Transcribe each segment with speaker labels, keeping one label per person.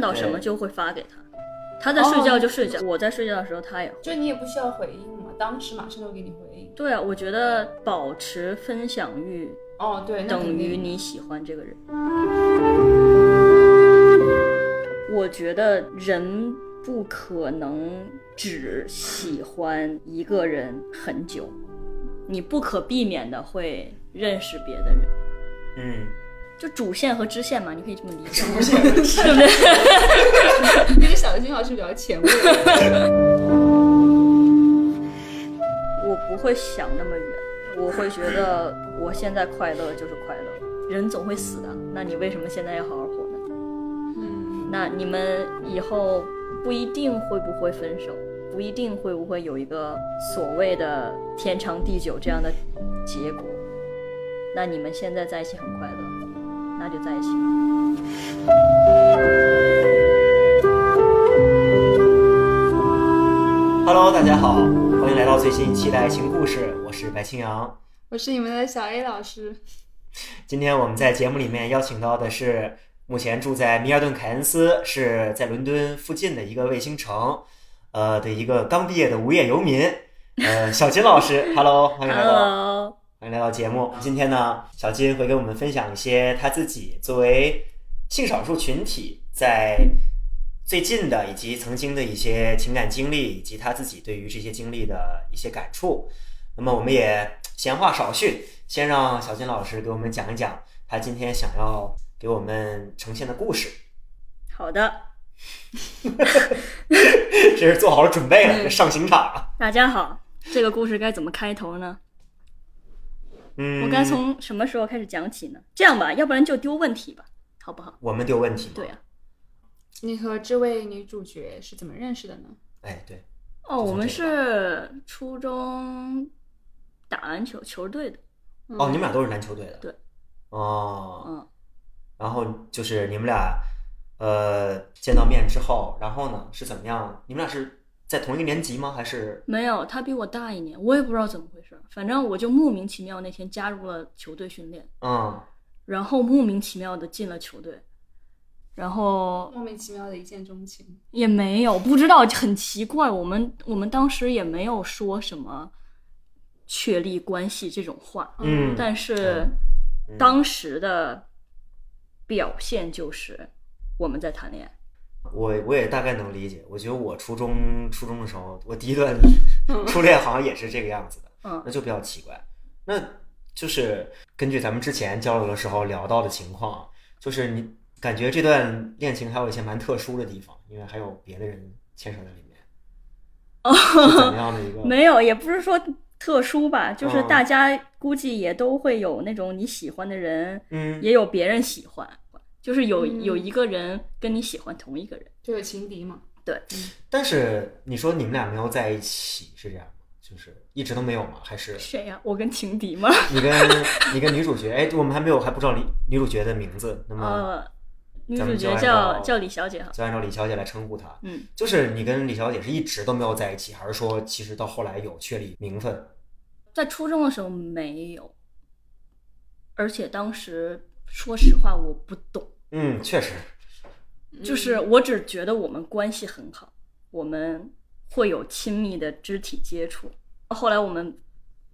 Speaker 1: 到什么就会发给他，他在睡觉就睡觉，我在睡觉的时候他也会。
Speaker 2: 就你也不需要回应嘛，当时马上就给你回应。
Speaker 1: 对啊，我觉得保持分享欲
Speaker 2: 哦，对，那
Speaker 1: 等
Speaker 2: 肯定
Speaker 1: 于你喜欢这个人。我觉得人不可能只喜欢一个人很久，你不可避免的会认识别的人，
Speaker 3: 嗯，
Speaker 1: 就主线和支线嘛，你可以这么理解，
Speaker 2: 不是不是，
Speaker 1: 对不对？
Speaker 2: 这个小金老师比较前卫。
Speaker 1: 我不会想那么远，我会觉得我现在快乐就是快乐。人总会死的，那你为什么现在要好好活呢？
Speaker 2: 嗯，
Speaker 1: 那你们以后不一定会不会分手，不一定会不会有一个所谓的天长地久这样的结果。那你们现在在一起很快乐，那就在一起吧。
Speaker 3: Hello，大家好，欢迎来到最新一期的爱情故事，我是白青阳。
Speaker 2: 我是你们的小 A 老师。
Speaker 3: 今天我们在节目里面邀请到的是目前住在米尔顿凯恩斯，是在伦敦附近的一个卫星城，呃的一个刚毕业的无业游民，呃，小金老师，Hello，欢迎来到
Speaker 1: Hello，
Speaker 3: 欢迎来到节目。今天呢，小金会跟我们分享一些他自己作为性少数群体在最近的以及曾经的一些情感经历，以及他自己对于这些经历的一些感触。那么，我们也闲话少叙，先让小金老师给我们讲一讲他今天想要给我们呈现的故事。
Speaker 1: 好的，
Speaker 3: 这是做好了准备了，
Speaker 1: 嗯
Speaker 3: 这上刑场啊！
Speaker 1: 大家好，这个故事该怎么开头呢？
Speaker 3: 嗯，
Speaker 1: 我该从什么时候开始讲起呢？这样吧，要不然就丢问题吧，好不好？
Speaker 3: 我们丢问题吗？
Speaker 1: 对啊，
Speaker 2: 你和这位女主角是怎么认识的呢？
Speaker 3: 哎，对，
Speaker 1: 哦，
Speaker 3: 就
Speaker 1: 我
Speaker 3: 从
Speaker 1: 们
Speaker 3: 这
Speaker 1: 是初中打篮球球队的，
Speaker 2: 嗯
Speaker 3: 哦，你们俩都是篮球队的。
Speaker 1: 对。
Speaker 3: 哦。
Speaker 1: 嗯，
Speaker 3: 然后就是你们俩，呃，见到面之后，然后呢是怎么样？你们俩是在同一个年级吗？还是
Speaker 1: 没有，他比我大一年，我也不知道怎么回事，反正我就莫名其妙那天加入了球队训练，
Speaker 3: 嗯
Speaker 1: 然后莫名其妙的进了球队，然后
Speaker 2: 莫名其妙的一见钟情。
Speaker 1: 也没有，不知道很奇怪，我们我们当时也没有说什么确立关系这种话，
Speaker 3: 嗯
Speaker 1: 但是
Speaker 3: 嗯
Speaker 1: 当时的表现就是我们在谈恋爱。
Speaker 3: 我我也大概能理解。我觉得我初中初中的时候，我第一段初恋好像也是这个样子的，
Speaker 1: 嗯
Speaker 3: 那就比较奇怪。那就是根据咱们之前交流的时候聊到的情况，就是你感觉这段恋情还有一些蛮特殊的地方，因为还有别的人牵扯在 里面。是怎么样的一个？
Speaker 1: 没有，也不是说特殊吧，就是
Speaker 3: 嗯
Speaker 1: 大家估计也都会有那种你喜欢的人，
Speaker 3: 嗯，
Speaker 1: 也有别人喜欢，就是有
Speaker 2: 嗯
Speaker 1: 有一个人跟你喜欢同一个人，
Speaker 2: 就有情敌嘛？
Speaker 3: 但是你说你们俩没有在一起是这样吗？就是一直都没有吗？还是
Speaker 1: 谁呀、我跟情敌吗？
Speaker 3: 你跟你跟女主角？哎，我们还没有还不知道女女主角的名字，那么
Speaker 1: 呃，女
Speaker 3: 嗯咱
Speaker 1: 主
Speaker 3: 们就
Speaker 1: 角
Speaker 3: 按
Speaker 1: 叫
Speaker 3: 照
Speaker 1: 叫李小姐哈，
Speaker 3: 就按照李小姐来称呼她。
Speaker 1: 嗯，
Speaker 3: 就是你跟李小姐是一直都没有在一起，还是说其实到后来有确立名分？
Speaker 1: 在初中的时候没有，而且当时说实话我不懂，
Speaker 3: 嗯，确实，
Speaker 2: 嗯
Speaker 1: 就是我只觉得我们关系很好，我们会有亲密的肢体接触。后来我们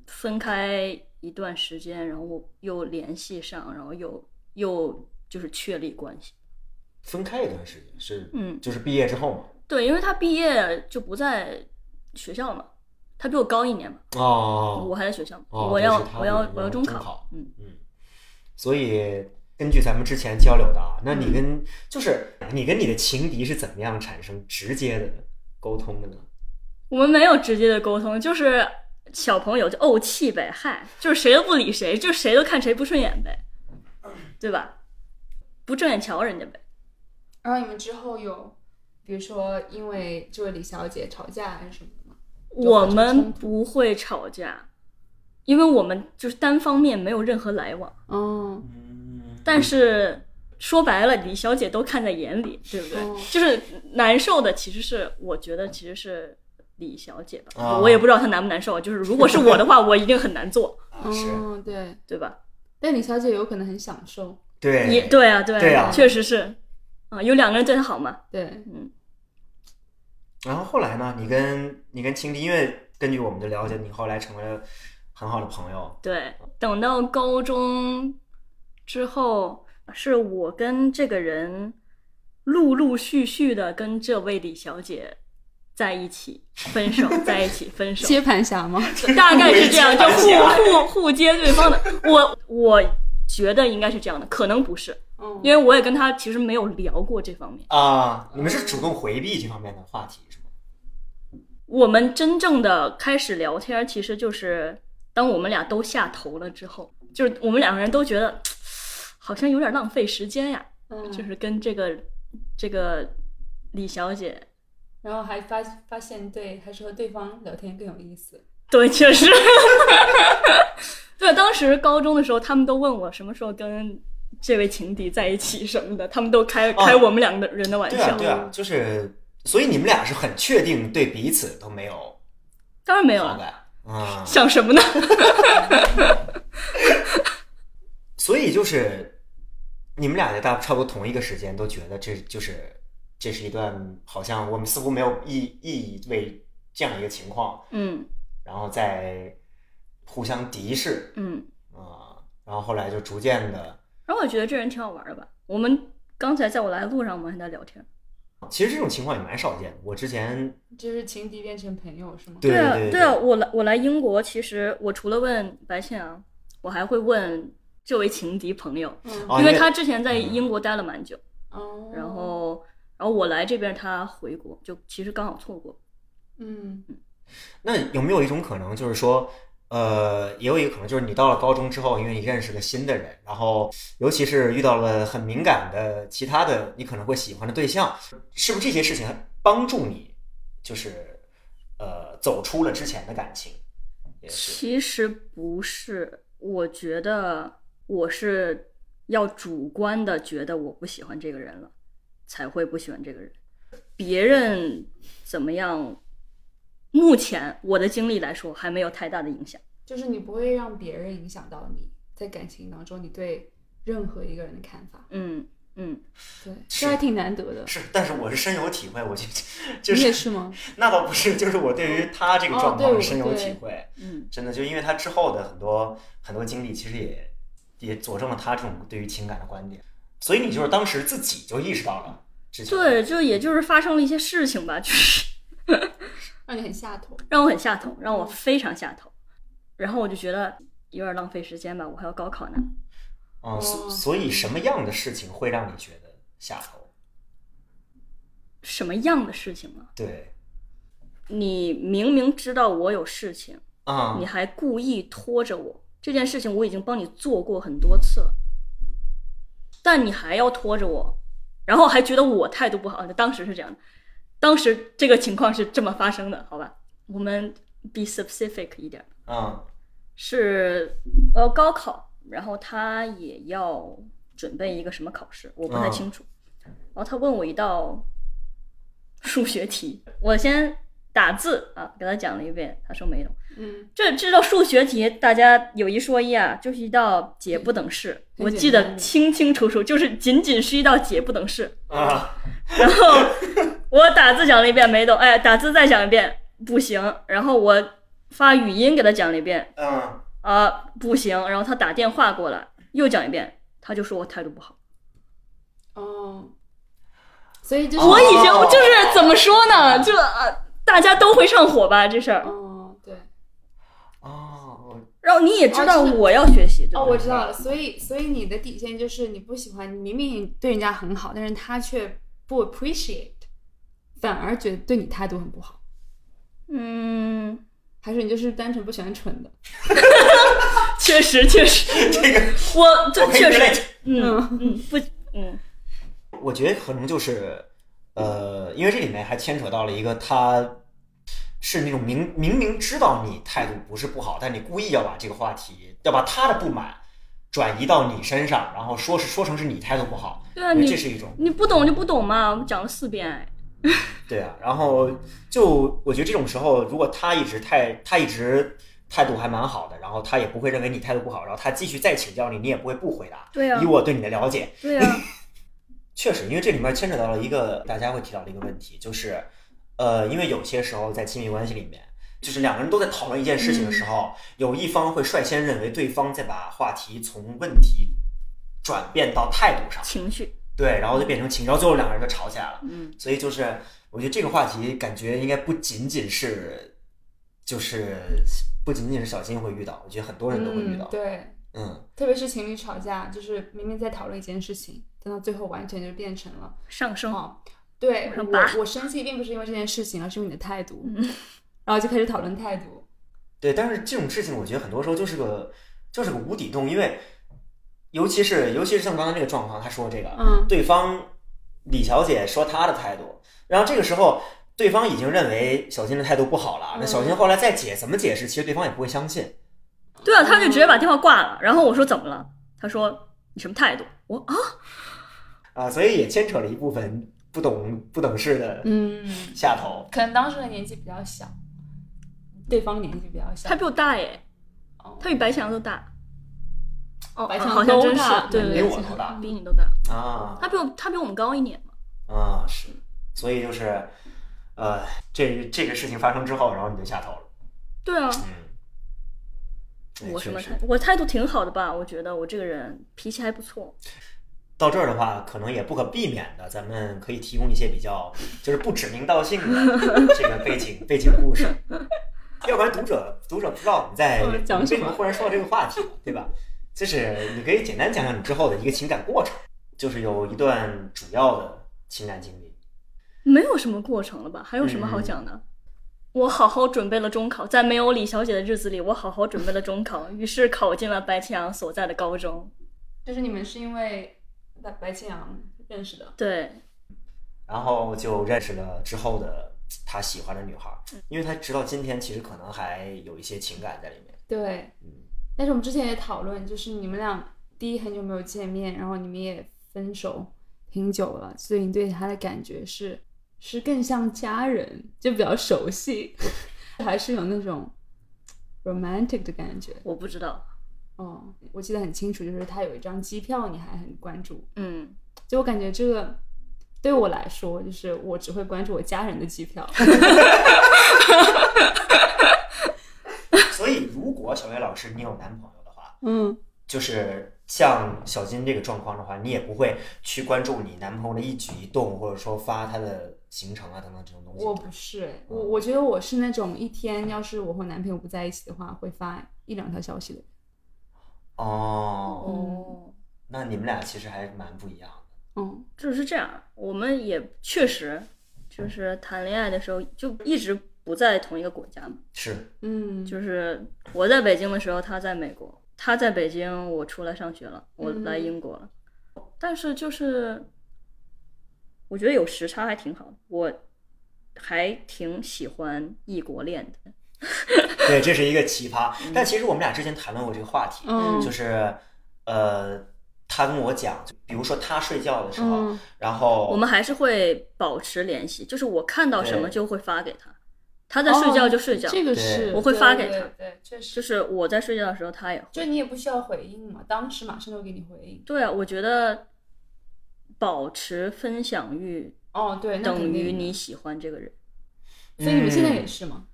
Speaker 1: 分开一段时间，然后我又联系上，然后又又就是确立关系。
Speaker 3: 分开一段时间是，
Speaker 1: 嗯
Speaker 3: 就是毕业之后嘛。
Speaker 1: 对，因为他毕业就不在学校嘛，他比我高一年嘛，
Speaker 3: 哦，
Speaker 1: 我还在学校嘛，
Speaker 3: 哦
Speaker 1: 我要
Speaker 3: 就是他
Speaker 1: 我要
Speaker 3: 比你
Speaker 1: 我要
Speaker 3: 中
Speaker 1: 中
Speaker 3: 考
Speaker 1: 嗯，
Speaker 3: 所以根据咱们之前交流的啊，那你跟、就是你跟你的情敌是怎么样产生直接的沟通的呢？
Speaker 1: 我们没有直接的沟通，就是小朋友就怄气呗，嗨，就是谁都不理谁，就谁都看谁不顺眼呗，对吧？不正眼瞧人家呗。
Speaker 2: 然后你们之后有，比如说因为这位李小姐吵架还是什么的吗？
Speaker 1: 我们不会吵架，因为我们就是单方面没有任何来往。
Speaker 2: 哦，
Speaker 3: 嗯，
Speaker 1: 但是说白了，李小姐都看在眼里，对不对？
Speaker 2: 哦
Speaker 1: 就是难受的，其实是我觉得其实是李小姐吧，
Speaker 3: 啊
Speaker 1: 我也不知道她难不难受。啊就是如果是我的话，我一定很难做，
Speaker 3: 啊是
Speaker 1: 嗯
Speaker 2: 哦，对。
Speaker 1: 对吧？
Speaker 2: 但李小姐有可能很享受，
Speaker 3: 对，
Speaker 1: 也对啊，对啊，
Speaker 3: 对啊
Speaker 1: 确实是。啊，有两个人对他好嘛，
Speaker 2: 对，
Speaker 1: 嗯，
Speaker 3: 然后后来呢？你跟你跟青笛，因为根据我们的了解，你后来成为了很好的朋友。
Speaker 1: 对。等到高中之后，是我跟这个人陆陆续续的跟这位李小姐在一起分手，在一起分手，
Speaker 2: 接盘侠吗？
Speaker 1: 大概是这样，就
Speaker 3: 我也这样
Speaker 1: 互互互接对方的。我我觉得应该是这样的，可能不是，
Speaker 2: 嗯
Speaker 1: 因为我也跟他其实没有聊过这方面。
Speaker 3: 啊，你们是主动回避这方面的话题是吗？
Speaker 1: 我们真正的开始聊天儿，其实就是当我们俩都下头了之后，就是我们两个人都觉得好像有点浪费时间呀，
Speaker 2: 嗯，
Speaker 1: 就是跟这个这个李小姐，
Speaker 2: 然后还发发现对，还是和对方聊天更有意思。
Speaker 1: 对，确实，对，当时高中的时候，他们都问我什么时候跟这位情敌在一起什么的，他们都开
Speaker 3: 哦
Speaker 1: 开我们两个人的玩
Speaker 3: 对
Speaker 1: 笑，
Speaker 3: 啊，对啊，就是，所以你们俩是很确定对彼此都没有
Speaker 1: 当然没有
Speaker 3: 好
Speaker 1: 了，
Speaker 3: 感啊。
Speaker 1: 想什么呢？
Speaker 3: 所以就是你们俩在大差不多同一个时间都觉得这就是这是一段好像我们似乎没有意意为这样一个情况，
Speaker 1: 嗯
Speaker 3: 然后再互相敌视
Speaker 1: 嗯，
Speaker 3: 啊，然后后来就逐渐的。
Speaker 1: 然后我觉得这人挺好玩的吧，我们刚才在我来的路上，我们还在聊天。
Speaker 3: 其实这种情况也蛮少见的。我之前
Speaker 2: 就是情敌变成朋友是吗？
Speaker 3: 对
Speaker 1: 啊，
Speaker 3: 对
Speaker 1: 对啊，我来我来英国，其实我除了问白倩啊，我还会问这位情敌朋友，
Speaker 2: 嗯
Speaker 3: 哦
Speaker 1: 因
Speaker 3: 因为
Speaker 1: 为他之前在英国待了蛮久，
Speaker 2: 哦，
Speaker 1: 然后然后我来这边，他回国，就其实刚好错过。
Speaker 2: 嗯
Speaker 3: 那有没有一种可能，就是说，呃，也有一个可能，就是你到了高中之后，因为你认识了新的人，然后尤其是遇到了很敏感的其他的你可能会喜欢的对象，是不是这些事情帮助你，就是呃，走出了之前的感情？也是
Speaker 1: 其实不是，我觉得我是要主观的觉得我不喜欢这个人了，才会不喜欢这个人。别人怎么样，目前我的经历来说还没有太大的影响。
Speaker 2: 就是你不会让别人影响到你在感情当中你对任何一个人的看法，
Speaker 1: 嗯，嗯，
Speaker 2: 对，
Speaker 3: 是
Speaker 2: 这还挺难得的。
Speaker 3: 是，但是我是深有体会，我就就
Speaker 2: 你也
Speaker 3: 是
Speaker 2: 是吗？
Speaker 3: 那倒不是，就是我对于他这个
Speaker 2: 哦
Speaker 3: 状
Speaker 2: 对
Speaker 3: 况
Speaker 2: 我
Speaker 3: 深有
Speaker 2: 对
Speaker 3: 体会。
Speaker 1: 嗯，
Speaker 3: 真的，就因为他之后的很多很多经历，其实也也佐证了他这种对于情感的观点。所以你就是当时自己就意识到了之前
Speaker 1: 对，就也就是发生了一些事情吧，就是
Speaker 2: 让你很下头。
Speaker 1: 让我很下头，让我非常下头。然后我就觉得有点浪费时间吧，我还要高考呢。
Speaker 3: 嗯，所
Speaker 2: 哦
Speaker 3: 所以什么样的事情会让你觉得下头？
Speaker 1: 什么样的事情啊？
Speaker 3: 对，
Speaker 1: 你明明知道我有事情，
Speaker 3: 啊、
Speaker 1: 你还故意拖着我。这件事情我已经帮你做过很多次了，但你还要拖着我，然后还觉得我态度不好。当时是这样的，当时这个情况是这么发生的，好吧？我们 be specific 一点。
Speaker 3: 嗯
Speaker 1: 是呃高考，然后他也要准备一个什么考试，我不太
Speaker 2: 啊
Speaker 3: 嗯
Speaker 1: 清楚。然后他问我一道数学题，我先打字啊，给他讲了一遍，他说没有。
Speaker 2: 嗯，
Speaker 1: 这这道数学题，大家有一说一啊，就是一道解不等式，
Speaker 2: 很
Speaker 1: 我
Speaker 2: 简
Speaker 1: 记得
Speaker 2: 单
Speaker 1: 清清楚楚，就是仅仅是一道解不等式。
Speaker 3: 啊，
Speaker 1: 然后我打字讲了一遍没懂，哎，打字再讲一遍不行，然后我发语音给他讲了一遍，
Speaker 3: 嗯，
Speaker 1: 啊，不行，然后他打电话过来又讲一遍，他就说我态度不好。
Speaker 2: 哦，所以就是
Speaker 1: 我已经
Speaker 3: 哦
Speaker 1: 就是怎么说呢，就、啊、大家都会上火吧这事儿。
Speaker 2: 哦，对，
Speaker 3: 哦，
Speaker 1: 然后你也知道
Speaker 2: 哦就是
Speaker 1: 我嗯要学习，对吧
Speaker 2: 哦，我知道了。所以，所以你的底线就是你不喜欢，你明明对人家很好，但是他却不 appreciate，反而觉得对你态度很不好，
Speaker 1: 嗯，
Speaker 2: 还是你就是单纯不喜欢蠢的？
Speaker 1: 确实确实，
Speaker 3: 这个
Speaker 1: 我这
Speaker 3: 我可 以
Speaker 1: 确
Speaker 3: relate
Speaker 1: 实，嗯嗯不嗯
Speaker 3: 我觉得可能就是，呃，因为这里面还牵扯到了一个他。是那种明明明知道你态度不是不好，但你故意要把这个话题，要把他的不满转移到你身上，然后说是说成是你态度不好，
Speaker 1: 对啊
Speaker 3: 因为
Speaker 1: 你
Speaker 3: 这是一种
Speaker 1: 你不懂就不懂嘛，我讲了四遍哎，
Speaker 3: 对啊。然后就我觉得这种时候，如果他一直态他一直态度还蛮好的，然后他也不会认为你态度不好，然后他继续再请教你，你也不会不回答。
Speaker 1: 对啊
Speaker 3: 以我对你的了解，
Speaker 1: 对啊，
Speaker 3: 确实，因为这里面牵扯到了一个大家会提到的一个问题，就是，呃，因为有些时候在亲密关系里面，就是两个人都在讨论一件事情
Speaker 2: 嗯
Speaker 3: 的时候，有一方会率先认为对方在把话题从问题转变到态度上，
Speaker 1: 情绪，
Speaker 3: 对，然后就变成情绪，然后最后两个人就吵起来了。
Speaker 1: 嗯，
Speaker 3: 所以就是，我觉得这个话题感觉应该不仅仅是，就是不仅仅是小金会遇到，我觉得很多人都会遇到
Speaker 2: 嗯，。对，
Speaker 3: 嗯，
Speaker 2: 特别是情侣吵架，就是明明在讨论一件事情，但到最后完全就变成了
Speaker 1: 上升，
Speaker 2: 哦，对
Speaker 1: 往上拔嗯
Speaker 2: 我我生气并不是因为这件事情，而是因为你的态度，然后就开始讨论态度。
Speaker 3: 对。但是这种事情，我觉得很多时候就是个就是个无底洞，因为尤其是尤其是像刚刚这个状况，他说这个，
Speaker 2: 嗯
Speaker 3: 对方李小姐说她的态度，然后这个时候对方已经认为小金的态度不好了，那小
Speaker 2: 嗯
Speaker 3: 金后来再解怎么解释，其实对方也不会相信。
Speaker 1: 对啊，他就直接把电话挂了。然后我说怎么了？他说你什么态度？我啊，
Speaker 3: 啊，所以也牵扯了一部分不懂不懂事的
Speaker 2: 嗯，
Speaker 3: 下头。
Speaker 2: 可能当时的年纪比较小，对方年纪比较小，
Speaker 1: 他比我大耶，
Speaker 2: 哦
Speaker 1: 他比白翔都大。哦，
Speaker 2: 白翔
Speaker 1: 好像
Speaker 2: 都
Speaker 1: 真是
Speaker 2: 大，
Speaker 1: 对
Speaker 3: 比
Speaker 1: 对
Speaker 3: 我
Speaker 1: 对，
Speaker 3: 头大
Speaker 1: 比你都大。
Speaker 3: 啊
Speaker 1: 他比我他比我们高一年嘛。
Speaker 3: 啊是，所以就是，呃，这这个事情发生之后，然后你就下头了。
Speaker 1: 对啊，
Speaker 3: 嗯，哎
Speaker 1: 我什么
Speaker 3: 确
Speaker 1: 态
Speaker 3: 实？
Speaker 1: 我态度挺好的吧？我觉得我这个人脾气还不错。
Speaker 3: 到这儿的话，可能也不可避免的，咱们可以提供一些比较就是不指名道姓的这个背景背景故事，要不然读者读者不知道我们在
Speaker 2: 我们讲
Speaker 3: 为
Speaker 2: 什
Speaker 3: 什
Speaker 2: 么
Speaker 3: 么忽然说到这个话题，对吧？就是你可以简单讲讲你之后的一个情感过程，就是有一段主要的情感经历。
Speaker 1: 没有什么过程了吧？还有什么好讲的？我好好准备了中考，在没有李小姐的日子里，我好好准备了中考，于是考进了白庆阳所在的高中。
Speaker 2: 就是你们是因为白白庆阳认识的，
Speaker 1: 对，
Speaker 3: 然后就认识了之后的他喜欢的女孩，因为他直到今天其实可能还有一些情感在里面。嗯
Speaker 2: 对。但是我们之前也讨论，就是你们俩第一很久没有见面，然后你们也分手挺久了，所以你对他的感觉是是更像家人，就比较熟悉，还是有那种 romantic 的感觉。
Speaker 1: 我不知道，
Speaker 2: 哦，我记得很清楚，就是他有一张机票，你还很关注。
Speaker 1: 嗯，
Speaker 2: 就我感觉这个对我来说，就是我只会关注我家人的机票。
Speaker 3: 所以，如果小薇老师你有男朋友的话，
Speaker 2: 嗯，
Speaker 3: 就是像小金这个状况的话，你也不会去关注你男朋友的一举一动，或者说发他的行程啊等等这种东西。
Speaker 2: 我不是欸，我我觉得我是那种一天要是我和男朋友不在一起的话，会发一两条消息的。
Speaker 3: 哦，
Speaker 1: 哦，
Speaker 3: 那你们俩其实还蛮不一样的。
Speaker 2: 嗯，
Speaker 1: 就是这样。我们也确实就是谈恋爱的时候就一直不在同一个国家嘛，
Speaker 3: 是，
Speaker 2: 嗯，
Speaker 1: 就是我在北京的时候，他在美国；他在北京，我出来上学了，我来
Speaker 2: 嗯
Speaker 1: 英国了。但是就是，我觉得有时差还挺好的，我还挺喜欢异国恋的。
Speaker 3: 对，这是一个奇葩。但其实我们俩之前谈论过这个话题，
Speaker 2: 嗯，
Speaker 3: 就是呃，他跟我讲，比如说他睡觉的时候，
Speaker 2: 嗯
Speaker 3: 然后
Speaker 1: 我们还是会保持联系，就是我看到什么
Speaker 3: 对
Speaker 1: 就会发给他，他在睡觉就睡觉，
Speaker 2: 哦这个
Speaker 3: 对
Speaker 2: 是
Speaker 1: 我会发给
Speaker 2: 对
Speaker 1: 他
Speaker 2: 对对，确实，
Speaker 1: 就是我在睡觉的时候他也会。
Speaker 2: 就你也不需要回应嘛，当时马上就给你回应。
Speaker 1: 对啊，我觉得保持分享欲
Speaker 2: 哦，对，那
Speaker 1: 等
Speaker 2: 肯定
Speaker 1: 于
Speaker 2: 的
Speaker 1: 你，喜欢这个人。
Speaker 2: 所以你们现在也
Speaker 3: 嗯
Speaker 2: 是吗？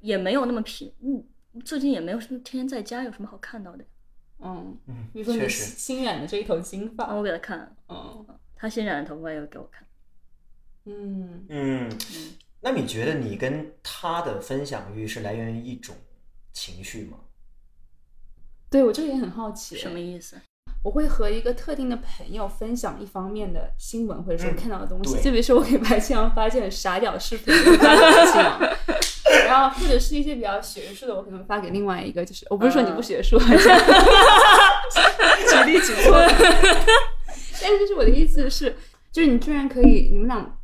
Speaker 1: 也没有那么频，嗯，最近也没有什么天天在家有什么好看到的。
Speaker 2: 嗯，
Speaker 3: 嗯
Speaker 2: 比如说
Speaker 3: 确
Speaker 2: 你
Speaker 3: 实，
Speaker 2: 新染的这一头金
Speaker 1: 然后
Speaker 2: 发
Speaker 1: 我，给他看，
Speaker 2: 嗯
Speaker 1: 他新染的头发也给我看。
Speaker 2: 嗯，
Speaker 3: 嗯，那你觉得你跟他的分享欲是来源于一种情绪吗？
Speaker 2: 对我这个也很好奇，
Speaker 1: 什么意思？
Speaker 2: 我会和一个特定的朋友分享一方面的新闻或者说
Speaker 3: 嗯
Speaker 2: 看到的东西，
Speaker 3: 对
Speaker 2: 就比如说我给白庆阳发这种傻屌视频，我发给白庆阳， 然后或者是一些比较学术的，我可能发给另外一个，就是我不是说你不学术， 啊 举例举错了，但是就是我的意思是，就是你居然可以，你们俩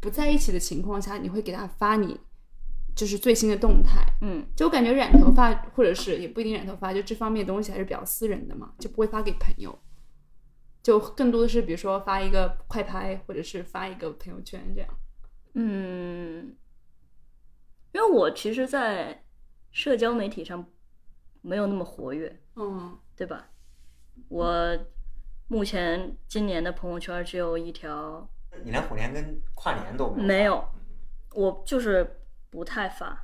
Speaker 2: 不在一起的情况下，你会给他发你就是最新的动态，
Speaker 1: 嗯，
Speaker 2: 就我感觉染头发，或者是也不一定染头发，就这方面的东西还是比较私人的嘛，就不会发给朋友，就更多的是比如说发一个快拍，或者是发一个朋友圈这样。
Speaker 1: 嗯，因为我其实，在社交媒体上没有那么活跃，
Speaker 2: 嗯
Speaker 1: 对吧？我目前今年的朋友圈只有一条，
Speaker 3: 你连虎年跟跨年都没有，
Speaker 1: 没有，我就是不太发。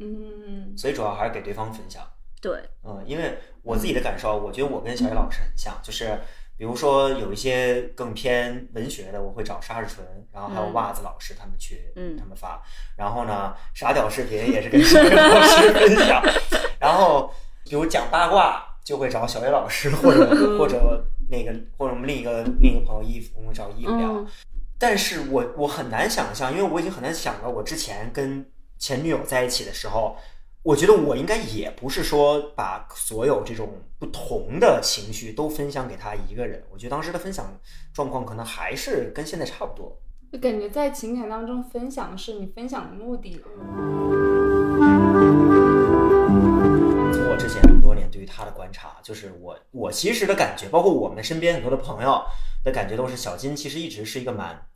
Speaker 2: 嗯，
Speaker 3: 所以主要还是给对方分享。
Speaker 1: 对，
Speaker 3: 嗯，因为我自己的感受，啊我觉得我跟小野老师很像，就是比如说有一些更偏文学的，我会找沙士纯，然后还有
Speaker 1: 嗯
Speaker 3: 袜子老师他们去，
Speaker 1: 嗯
Speaker 3: 他们发。然后呢，傻屌视频也是跟小野老师分 享。然后比如讲八卦，就会找小野老师或 者或者那个或者我们另一个另一个朋友伊夫，我们找伊夫聊。
Speaker 2: 嗯
Speaker 3: 但是我我很难想象，因为我已经很难想到我之前跟前女友在一起的时候，我觉得我应该也不是说把所有这种不同的情绪都分享给她一个人。我觉得当时的分享状况可能还是跟现在差不多。
Speaker 2: 就感觉在情感当中分享是你分享的目的。嗯
Speaker 3: 从我之前很多年对于她的观察，就是我我其实的感觉，包括我们身边很多的朋友的感觉，都是小金其实一直是一个蛮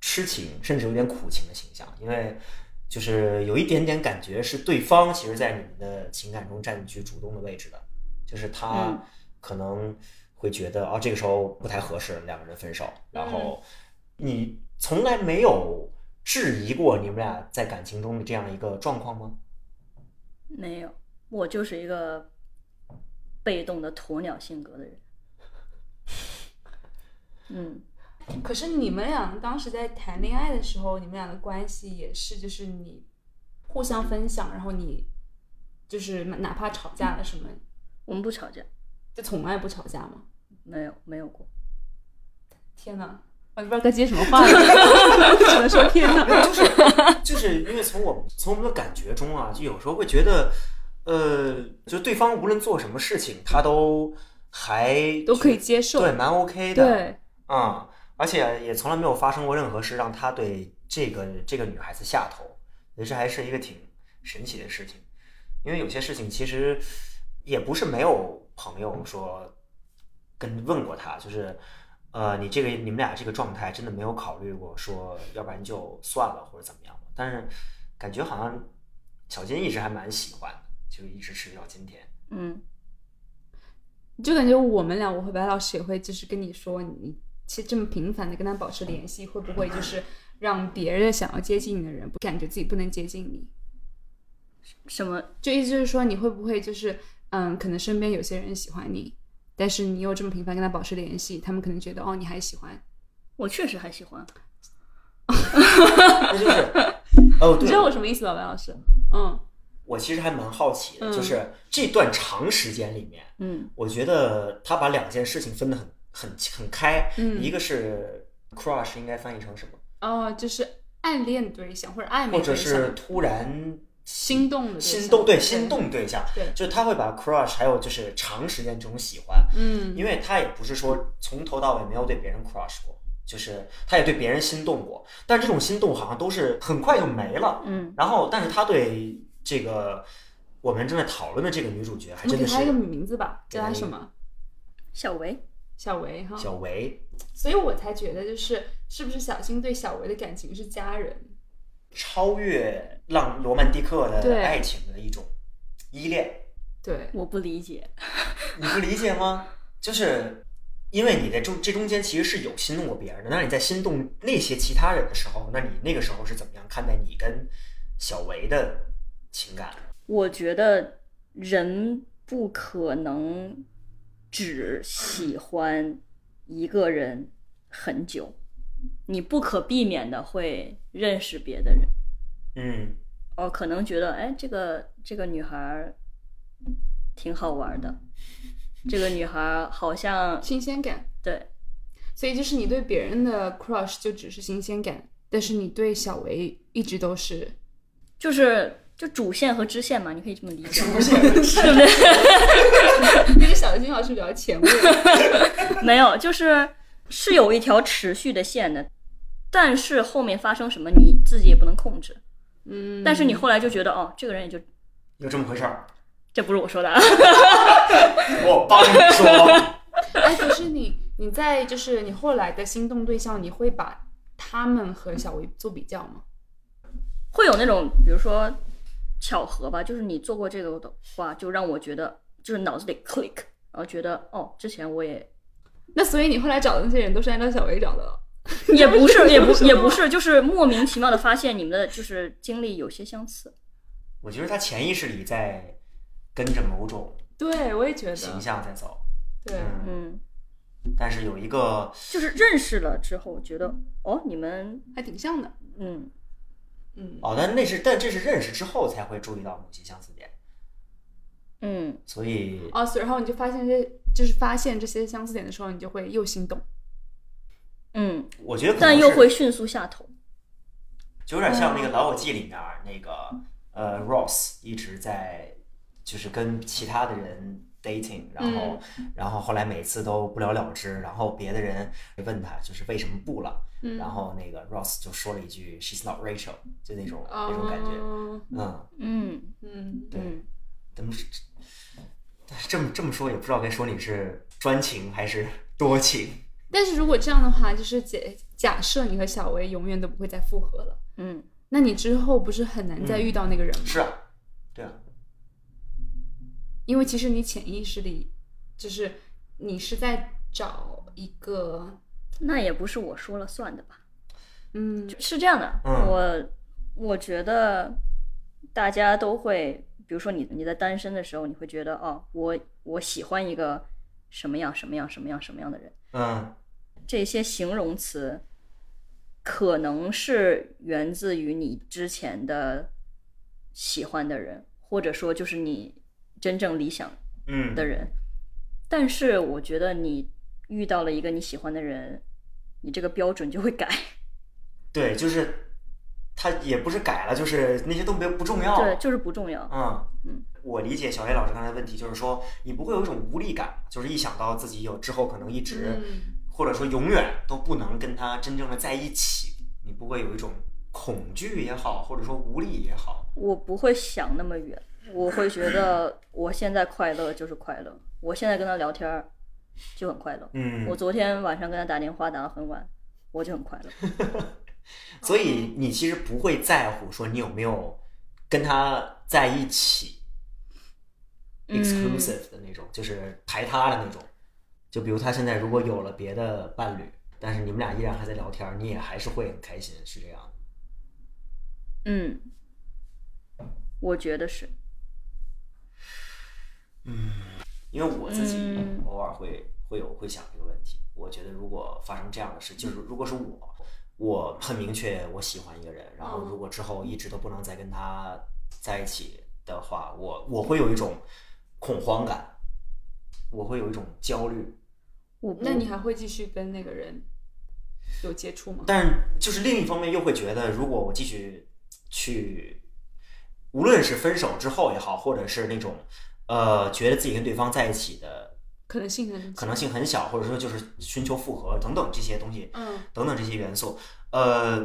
Speaker 3: 痴情，甚至有点苦情的形象，因为就是有一点点感觉是对方其实，在你们的情感中占据主动的位置的，就是他
Speaker 1: 嗯
Speaker 3: 可能会觉得啊，这个时候不太合适，两个人分手，然后你从来没有质疑过你们俩在感情中的这样一个状况吗？
Speaker 1: 没有，我就是一个被动的鸵鸟性格的人。嗯，
Speaker 2: 可是你们俩当时在谈恋爱的时候，你们俩的关系也是就是你互相分享，然后你就是哪怕吵架了什么，
Speaker 1: 我们不吵架，
Speaker 2: 就从来不吵架吗？
Speaker 1: 没有没有过。
Speaker 2: 天哪，我都不知道该接什么话了，只能说天哪。
Speaker 3: 就是因为从我们从我们的感觉中啊，就有时候会觉得，呃，就对方无论做什么事情，他都还
Speaker 2: 都可以接受
Speaker 3: 对，蛮 OK 的，，
Speaker 2: 对，
Speaker 3: 嗯，而且也从来没有发生过任何事让他对这个这个女孩子下头，也是还是一个挺神奇的事情，因为有些事情其实也不是没有朋友说跟问过他，就是。呃，你这个你们俩这个状态真的没有考虑过说，要不然就算了或者怎么样吧但是感觉好像小金一直还蛮喜欢的，就一直持续到今天。
Speaker 1: 嗯，
Speaker 2: 就感觉我们俩，我和白老师也会就是跟你说，你其实这么频繁的跟他保持联系，会不会就是让别人想要接近你的人，感觉自己不能接近你？
Speaker 1: 什么
Speaker 2: 就意思就是说，你会不会就是嗯，可能身边有些人喜欢你，但是你又这么频繁跟他保持联系，他们可能觉得哦，你还喜欢。
Speaker 1: 我确实还喜欢，
Speaker 3: 那就是，哦，
Speaker 2: 你
Speaker 3: 对
Speaker 2: 知，道我什么意思吧，白老师？嗯，
Speaker 3: 我其实还蛮好奇的，
Speaker 2: 嗯
Speaker 3: 就是这段长时间里面，
Speaker 1: 嗯
Speaker 3: 我觉得他把两件事情分得很很很开，
Speaker 2: 嗯
Speaker 3: 一个是 crush 应该翻译成什么，
Speaker 2: 哦，就是暗恋对象或者暧昧
Speaker 3: 或者
Speaker 2: 对
Speaker 3: 是
Speaker 2: 象，
Speaker 3: 突然
Speaker 2: 心动的对象
Speaker 3: 心动，对心动对象，
Speaker 2: 对，
Speaker 3: 就是他会把 crush 还有就是长时间这种喜欢，
Speaker 2: 嗯，
Speaker 3: 因为他也不是说从头到尾没有对别人 crush 过，就是他也对别人心动过，但这种心动好像都是很快就没了，
Speaker 1: 嗯，
Speaker 3: 然后但是他对这个。我们正在讨论的这个女主角，还
Speaker 2: 我们
Speaker 3: 真
Speaker 2: 给
Speaker 3: 的是
Speaker 2: 他一个名字吧，叫他
Speaker 3: 给他一
Speaker 2: 什
Speaker 3: 个
Speaker 2: 么？
Speaker 1: 小维，
Speaker 2: 小维哈。
Speaker 3: 小维，
Speaker 2: 所以我才觉得，就是是不是小新对小维的感情是家人？
Speaker 3: 超越浪罗曼蒂克的
Speaker 2: 对
Speaker 3: 爱情的一种依恋，
Speaker 2: 对，
Speaker 1: 我不理解。
Speaker 3: 你不理解吗？就是因为你在中这中间其实是有心动过别人的，那你在心动那些其他人的时候，那你那个时候是怎么样看待你跟小维的情感？
Speaker 1: 我觉得人不可能只喜欢一个人很久，你不可避免的会认识别的人。
Speaker 3: 嗯，
Speaker 1: 哦，可能觉得哎，这个这个女孩儿挺好玩的，这个女孩儿好像
Speaker 2: 新鲜感。
Speaker 1: 对
Speaker 2: 所以就是你对别人的 crush 就只是新鲜感，但是你对小维一直都是
Speaker 1: 就是就主线和支线嘛，你可以这么理解，
Speaker 3: 出现了
Speaker 1: 对不对？
Speaker 2: 跟小金老师聊前卫。
Speaker 1: 没有，就是是有一条持续的线的，但是后面发生什么你自己也不能控制。
Speaker 2: 嗯，
Speaker 1: 但是你后来就觉得哦，这个人也就
Speaker 3: 有这么回事儿，
Speaker 1: 这不是我说的啊，
Speaker 3: 我帮你说，
Speaker 2: 哎，可是你你在就是你后来的心动对象，你会把他们和小维做比较吗？
Speaker 1: 会有那种比如说巧合吧，就是你做过这个的话，就让我觉得就是脑子里 click，然后觉得哦，之前我也
Speaker 2: 那所以你后来找的那些人都是按照小薇找的了，
Speaker 1: 也不是，也不也不是，就是莫名其妙的发现你们的就是经历有些相似。
Speaker 3: 我觉得他潜意识里在跟着某种
Speaker 2: 对我也觉
Speaker 3: 形
Speaker 2: 得，
Speaker 3: 象在走，
Speaker 2: 对，
Speaker 3: 嗯，
Speaker 1: 嗯，
Speaker 3: 但是有一个
Speaker 1: 就是认识了之后觉得，哦，你们，
Speaker 2: 还挺像的，
Speaker 1: 嗯，
Speaker 2: 嗯，
Speaker 3: 哦，但那是但这是认识之后才会注意到某些相似点，
Speaker 1: 嗯，
Speaker 3: 所以
Speaker 2: 哦，所以然后你就发现这就是发现这些相似点的时候，你就会又心动，
Speaker 1: 嗯，
Speaker 3: 我觉得可能
Speaker 1: 但又
Speaker 3: 是
Speaker 1: 会迅速下头。
Speaker 3: 就有点像那个《老友记》里面儿那个呃，Ross 一直在就是跟其他的人 dating，然后、
Speaker 2: 嗯
Speaker 3: 然后后来每次都不了了之，然后别的人问他就是为什么不了，
Speaker 2: 嗯，
Speaker 3: 然后那个 Ross 就说了一句 She's not Rachel，就那种、
Speaker 2: 哦
Speaker 3: 那种感觉，嗯，
Speaker 1: 嗯
Speaker 2: 嗯，
Speaker 3: 对
Speaker 1: 嗯，
Speaker 3: 咱们是但是这么这么说也不知道该说你是专情还是多情，
Speaker 2: 但是如果这样的话，就是假假设你和小薇永远都不会再复合了，
Speaker 1: 嗯，
Speaker 2: 那你之后不是很难再遇到那个人吗？
Speaker 3: 是啊，对啊，
Speaker 2: 因为其实你潜意识里就是你是在找一个，
Speaker 1: 那也不是我说了算的吧。
Speaker 2: 嗯，
Speaker 1: 是这样的，
Speaker 3: 嗯
Speaker 1: 我我觉得大家都会，比如说你你在单身的时候，你会觉得哦，我我喜欢一个什么样什么样什么样什么样的人，
Speaker 3: 嗯
Speaker 1: 这些形容词可能是源自于你之前的喜欢的人，或者说就是你真正理想
Speaker 3: 嗯
Speaker 1: 的人。但是我觉得你遇到了一个你喜欢的人，你这个标准就会改。
Speaker 3: 对，就是他也不是改了，就是那些都没有不重要，
Speaker 1: 对，就是不重要。
Speaker 3: 嗯
Speaker 1: 嗯，
Speaker 3: 我理解小叶老师刚才的问题，就是说你不会有一种无力感吗，就是一想到自己有之后可能一直、
Speaker 2: 嗯
Speaker 3: 或者说永远都不能跟他真正的在一起，你不会有一种恐惧也好，或者说无力也好，
Speaker 1: 我不会想那么远，我会觉得我现在快乐就是快乐，我现在跟他聊天儿就很快乐。
Speaker 3: 嗯
Speaker 1: 我，昨天晚上跟他打电话打到很晚，我就很快乐。
Speaker 3: 所以你其实不会在乎说你有没有跟他在一起
Speaker 1: 嗯
Speaker 3: ，exclusive 的那种，就是排他的那种，就比如他现在如果有了别的伴侣，但是你们俩依然还在聊天儿，你也还是会很开心，是这样的。
Speaker 1: 嗯，我觉得是，
Speaker 3: 嗯因为我自己
Speaker 1: 嗯
Speaker 3: 偶尔会会有会想这个问题。我觉得如果发生这样的事，就是如果是我，我很明确我喜欢一个人，然后
Speaker 2: 嗯
Speaker 3: 如果之后一直都不能再跟他在一起的话，我我会有一种恐慌感，我会有一种焦虑。
Speaker 1: 我不
Speaker 2: 那你还会继续跟那个人有接触吗？
Speaker 3: 但就是另一方面又会觉得，如果我继续去，无论是分手之后也好，或者是那种呃觉得自己跟对方在一起的
Speaker 2: 可能性很
Speaker 3: 可能性很小，或者说就是寻求复合等等这些东西，
Speaker 2: 嗯，
Speaker 3: 等等这些元素，呃，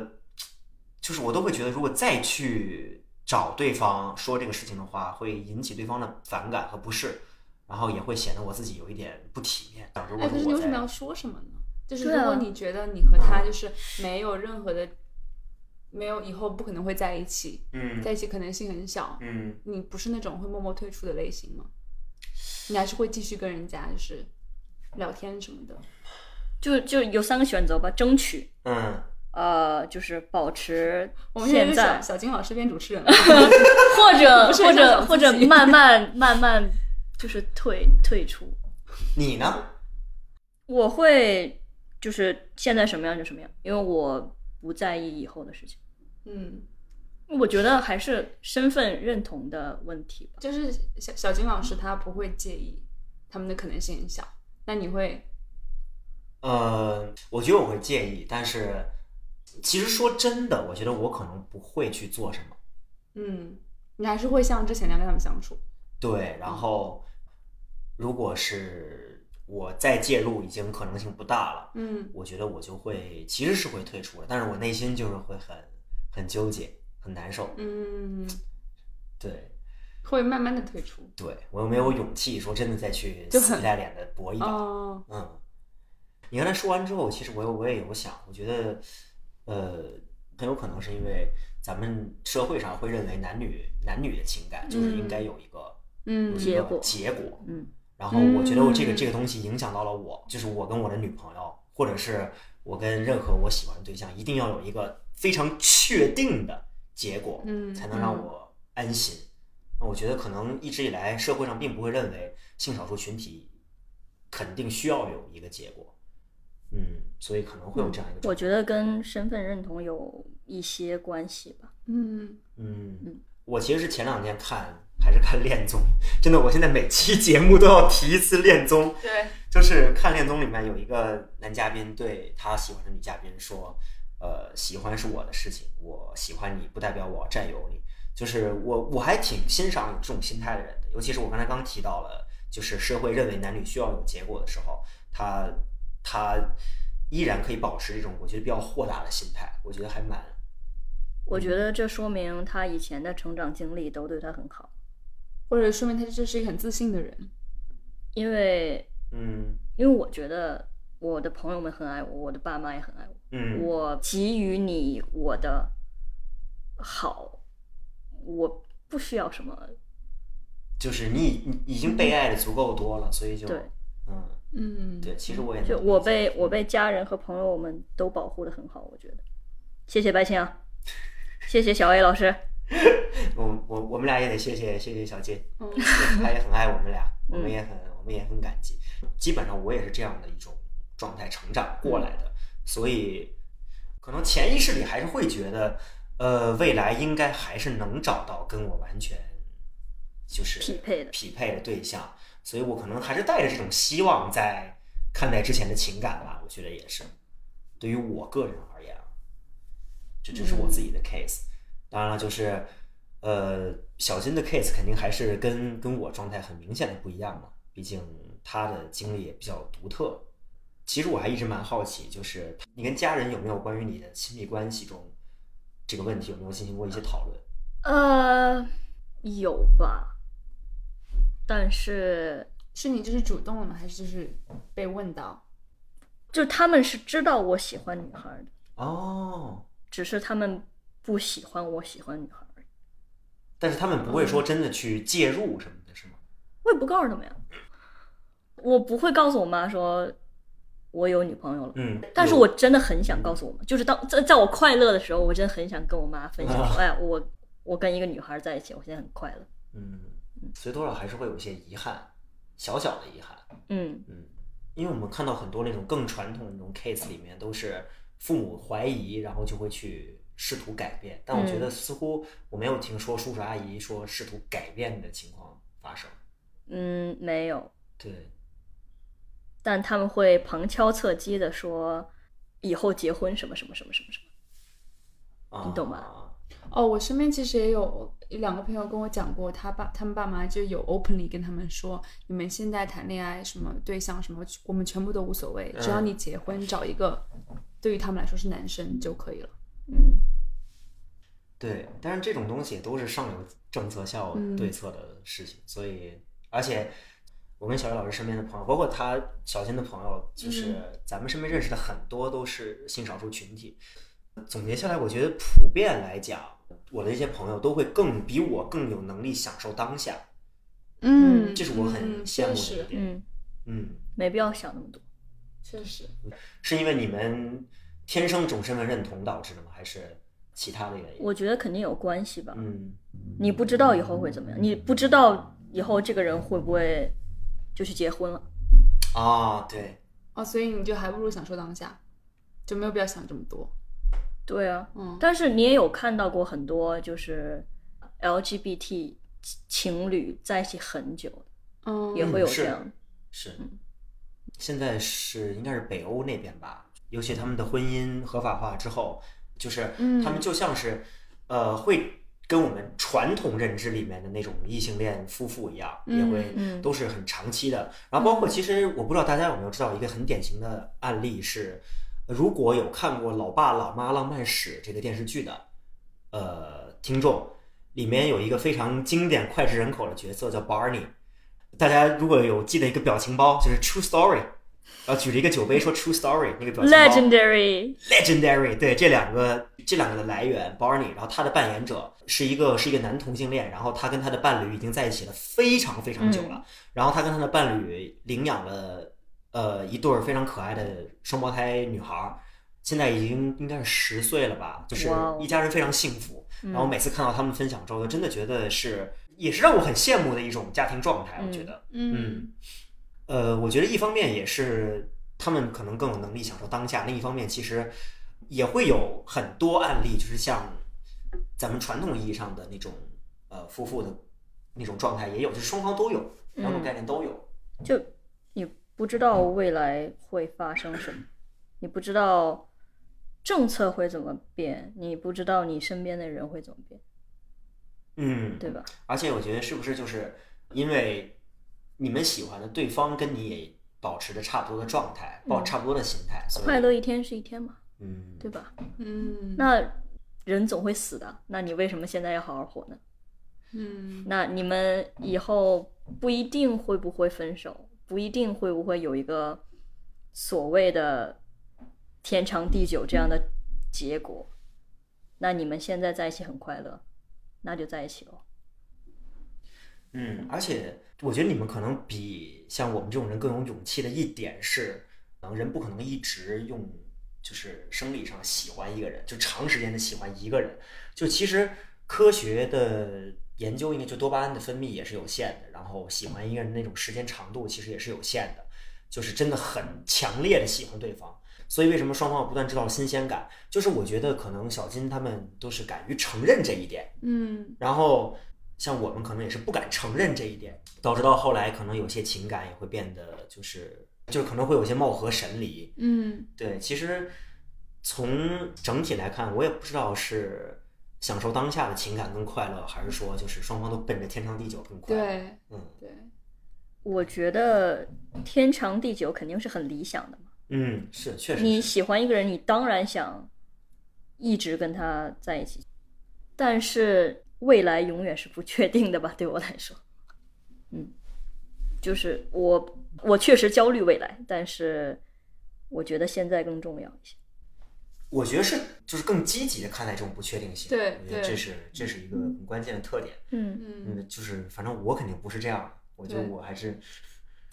Speaker 3: 就是我都会觉得，如果再去找对方说这个事情的话，会引起对方的反感和不适，然后也会显得我自己有一点不体面。如果
Speaker 2: 哎，可是你
Speaker 3: 我
Speaker 2: 为什么
Speaker 3: 在
Speaker 2: 要说什么呢？就是
Speaker 1: 对
Speaker 2: 如
Speaker 1: 啊
Speaker 2: 果你觉得你和他就是没有任何的，没有以后不可能会在一起，
Speaker 3: 嗯
Speaker 2: 在一起可能性很小，
Speaker 3: 嗯，
Speaker 2: 你不是那种会默默退出的类型吗？你还是会继续跟人家就是聊天什么的。
Speaker 1: 就就有三个选择吧，争取，
Speaker 3: 嗯，
Speaker 1: 呃，就是保持
Speaker 2: 我们
Speaker 1: 现
Speaker 2: 是小
Speaker 1: 在，
Speaker 2: 小金老师变主持人了，
Speaker 1: 或者
Speaker 2: 不是
Speaker 1: 或
Speaker 2: 很
Speaker 1: 者
Speaker 2: 想
Speaker 1: 或
Speaker 2: 自
Speaker 1: 者
Speaker 2: 己
Speaker 1: 慢慢慢慢就是退退出。
Speaker 3: 你呢？
Speaker 1: 我会就是现在什么样就什么样，因为我不在意以后的事情。
Speaker 2: 嗯，
Speaker 1: 我觉得还是身份认同的问题吧。
Speaker 2: 就是小小金老师他不会介意他们的可能性很小，那你会
Speaker 3: 呃，我觉得我会介意，但是其实说真的，我觉得我可能不会去做什么。
Speaker 2: 嗯，你还是会像之前那样跟他们相处。
Speaker 3: 对，
Speaker 2: 嗯
Speaker 3: 然后如果是我再介入，已经可能性不大了。
Speaker 2: 嗯
Speaker 3: 我觉得我就会其实是会退出的，但是我内心就是会很很纠结，很难受。
Speaker 2: 嗯，
Speaker 3: 对，
Speaker 2: 会慢慢的退出。
Speaker 3: 对我又没有勇气说真的再去
Speaker 2: 就
Speaker 3: 死
Speaker 2: 很
Speaker 3: 皮赖脸的搏一把。
Speaker 2: 哦，
Speaker 3: 嗯，你刚才说完之后，其实我有我也有想，我觉得，呃，很有可能是因为咱们社会上会认为男女男女的情感就是应该有一个、
Speaker 2: 嗯
Speaker 3: 有一
Speaker 1: 结
Speaker 3: 个
Speaker 1: 果
Speaker 3: 结果，
Speaker 1: 嗯
Speaker 3: 然后我觉得我这个
Speaker 2: 嗯
Speaker 3: 这个东西影响到了我，就是我跟我的女朋友，或者是我跟任何我喜欢的对象，一定要有一个非常确定的结果，
Speaker 2: 嗯
Speaker 3: 才能让我安心。那我觉得可能一直以来社会上并不会认为性少数群体肯定需要有一个结果，嗯，所以可能会有这样一
Speaker 2: 嗯
Speaker 1: 我
Speaker 3: 个状况。
Speaker 1: 觉得跟身份认同有一些关系吧。
Speaker 2: 嗯，
Speaker 3: 嗯
Speaker 1: 嗯，
Speaker 3: 我其实是前两天看，还是看恋综， 真的，我现在每期节目都要提一次恋综。
Speaker 2: 对，
Speaker 3: 就是看恋综里面有一个男嘉宾对他喜欢的女嘉宾说，呃，喜欢是我的事情，我喜欢你不代表我占有你。就是我我还挺欣赏有这种心态的人的，尤其是我刚才刚提到了，就是社会认为男女需要有结果的时候，他他依然可以保持这种我觉得比较豁达的心态，我觉得还蛮
Speaker 1: 我觉得这说明他以前的成长经历都对他很好，
Speaker 2: 或者说明他这是一个很自信的人。
Speaker 1: 因为
Speaker 3: 嗯
Speaker 1: 因为我觉得我的朋友们很爱我，我的爸妈也很爱我，
Speaker 3: 嗯
Speaker 1: 我给予你我的好，我不需要什么，
Speaker 3: 就是你已你已经被爱的足够多了，所以就
Speaker 1: 对
Speaker 3: 嗯
Speaker 2: 嗯，
Speaker 3: 对，其实我也
Speaker 1: 就
Speaker 3: 能
Speaker 1: 我
Speaker 3: 理解
Speaker 1: 被我被家人和朋友们都保护的很好，我觉得。谢谢白青啊，谢谢小 A 老师，
Speaker 3: 我我我们俩也得谢谢谢谢小金，
Speaker 2: 嗯
Speaker 3: 对他也很爱我们俩，我
Speaker 1: 嗯
Speaker 3: 们也很我们也很感激。基本上我也是这样的一种状态成长过来
Speaker 1: 嗯
Speaker 3: 的，所以可能潜意识里还是会觉得，呃，未来应该还是能找到跟我完全就是
Speaker 1: 匹配的
Speaker 3: 匹配的对象，所以我可能还是带着这种希望在看待之前的情感吧，我觉得也是。对于我个人而言啊，这只是我自己的 case。当然了，就是呃，小金的 case 肯定还是跟跟我状态很明显的不一样嘛，毕竟他的经历也比较独特。其实我还一直蛮好奇，就是你跟家人有没有关于你的亲密关系中这个问题有没有进行过一些讨论？
Speaker 1: 呃，有吧，但是
Speaker 2: 是你就是主动了吗？还是就是被问到？
Speaker 1: 就他们是知道我喜欢女孩的，
Speaker 3: 哦，
Speaker 1: 只是他们不喜欢我喜欢女孩而已。
Speaker 3: 但是他们不会说真的去介入什么的，是吗？
Speaker 1: 我也不告诉他们呀，我不会告诉我妈说我有女朋友了。
Speaker 3: 嗯，
Speaker 1: 但是
Speaker 3: 有
Speaker 1: 我真的很想告诉我妈，就是当在在我快乐的时候，我真的很想跟我妈分享
Speaker 3: 啊
Speaker 1: 说，哎，我我跟一个女孩在一起，我现在很快乐。
Speaker 3: 嗯，所以多少还是会有一些遗憾，小小的遗憾。
Speaker 1: 嗯，
Speaker 3: 嗯，因为我们看到很多那种更传统的那种 case 里面，都是父母怀疑，然后就会去试图改变。但我觉
Speaker 1: 嗯
Speaker 3: 得似乎我没有听说叔叔阿姨说试图改变的情况发生。
Speaker 1: 嗯，没有，
Speaker 3: 对，
Speaker 1: 但他们会旁敲侧击的说，以后结婚什么什么什么什么什么。
Speaker 3: 啊，
Speaker 1: 你懂
Speaker 3: 吧？
Speaker 2: 哦，我身边其实也有两个朋友跟我讲过，他爸他们爸妈就有 openly 跟他们说，你们现在谈恋爱什么对象什么，我们全部都无所谓，只要
Speaker 3: 嗯
Speaker 2: 你结婚找一个对于他们来说是男生就可以了。
Speaker 1: 嗯，
Speaker 3: 对，但是这种东西也都是上有政策，下有
Speaker 2: 嗯
Speaker 3: 对策的事情，所以而且。我跟小叶老师身边的朋友，包括他小新的朋友，就是
Speaker 1: 嗯
Speaker 3: 咱们身边认识的很多都是性少数群体。总结下来，我觉得普遍来讲，我的一些朋友都会更比我更有能力享受当下，
Speaker 1: 嗯
Speaker 3: 这是我很羡慕的一点。
Speaker 1: 嗯，
Speaker 3: 嗯，
Speaker 1: 没必要想那么多。
Speaker 2: 确实，
Speaker 3: 是因为你们天生种身份认同导致的吗？还是其他的原因？
Speaker 1: 我觉得肯定有关系吧。
Speaker 3: 嗯
Speaker 1: 你不知道以后会怎么样，你不知道以后这个人会不会就去结婚了。
Speaker 3: 啊，对，
Speaker 2: 哦，所以你就还不如享受当下，就没有必要想这么多。
Speaker 1: 对啊，
Speaker 2: 嗯，
Speaker 1: 但是你也有看到过很多就是 LGBT 情侣在一起很久，
Speaker 2: 嗯，
Speaker 1: 也会有
Speaker 3: 嗯是
Speaker 1: 这样。
Speaker 3: 是，现在是应该是北欧那边吧，尤其他们的婚姻合法化之后，就是
Speaker 2: 嗯
Speaker 3: 他们就像是、呃，会跟我们传统认知里面的那种异性恋夫妇一样，也
Speaker 2: 嗯
Speaker 3: 会
Speaker 1: 嗯
Speaker 3: 都是很长期的。然后包括其实我不知道大家有没有知道一个很典型的案例是，呃如果有看过《老爸老妈浪漫史》这个电视剧的，呃，听众里面有一个非常经典脍炙人口的角色叫 Barney。大家如果有记得一个表情包，就是 True Story，然后举了一个酒杯说 True Story 那个表情包
Speaker 1: Legendary，
Speaker 3: Legendary，对这两个这两个的来源，Barney，然后他的扮演者是一个是一个男同性恋，然后他跟他的伴侣已经在一起了非常非常久
Speaker 1: 嗯
Speaker 3: 了，然后他跟他的伴侣领养了呃一对儿非常可爱的双胞胎女孩儿，现在已经应该是十岁了吧，就是
Speaker 1: 哇哦
Speaker 3: 一家人非常幸福。
Speaker 1: 嗯
Speaker 3: 然后每次看到他们分享之后，真的觉得是也是让我很羡慕的一种家庭状态，我觉得。嗯，呃，我觉得一方面也是他们可能更有能力享受当下，另一方面其实也会有很多案例，就是像咱们传统意义上的那种呃夫妇的那种状态也有，就是双方都有，两
Speaker 1: 嗯
Speaker 3: 种概念都有。
Speaker 1: 就你不知道未来会发生什么，你不知道政策会怎么变，你不知道你身边的人会怎么变，
Speaker 3: 嗯，
Speaker 1: 对吧？
Speaker 3: 而且我觉得是不是就是因为你们喜欢的对方跟你也保持着差不多的状态，抱
Speaker 1: 嗯
Speaker 3: 差不多的心态，所以
Speaker 1: 快乐一天是一天嘛，
Speaker 3: 嗯，
Speaker 1: 对吧？
Speaker 2: 嗯，
Speaker 1: 那人总会死的，那你为什么现在要好好活呢？
Speaker 2: 嗯
Speaker 1: 那你们以后不一定会不会分手，不一定会不会有一个所谓的天长地久这样的结果。那你们现在在一起很快乐，那就在一起喽。
Speaker 3: 嗯，而且我觉得你们可能比像我们这种人更有勇气的一点是，嗯，人不可能一直用就是生理上喜欢一个人，就长时间的喜欢一个人。就其实科学的研究应该就多巴胺的分泌也是有限的，然后喜欢一个人那种时间长度其实也是有限的，就是真的很强烈的喜欢对方。所以为什么双方不断制造新鲜感？就是我觉得可能小金他们都是敢于承认这一点，
Speaker 2: 嗯
Speaker 3: 然后像我们可能也是不敢承认这一点，导致到后来可能有些情感也会变得就是就是可能会有些貌合神离。
Speaker 2: 嗯
Speaker 3: 对，其实从整体来看，我也不知道是享受当下的情感更快乐，还是说就是双方都奔着天长地久更快乐。，
Speaker 2: 对
Speaker 3: 嗯
Speaker 2: 对，
Speaker 1: 我觉得天长地久肯定是很理想的嘛。
Speaker 3: 嗯，是确实
Speaker 1: 你
Speaker 3: 是
Speaker 1: 喜欢一个人，你当然想一直跟他在一起，但是未来永远是不确定的吧？对我来说，嗯，就是我我确实焦虑未来，但是我觉得现在更重要一些。
Speaker 3: 我觉得是就是更积极的看待这种不确定性。
Speaker 2: 对
Speaker 3: 我觉得
Speaker 2: 对
Speaker 3: 这是这是一个很关键的特点。
Speaker 1: 嗯，
Speaker 2: 嗯，
Speaker 3: 嗯，就是反正我肯定不是这样，我觉得
Speaker 2: 对
Speaker 3: 我还是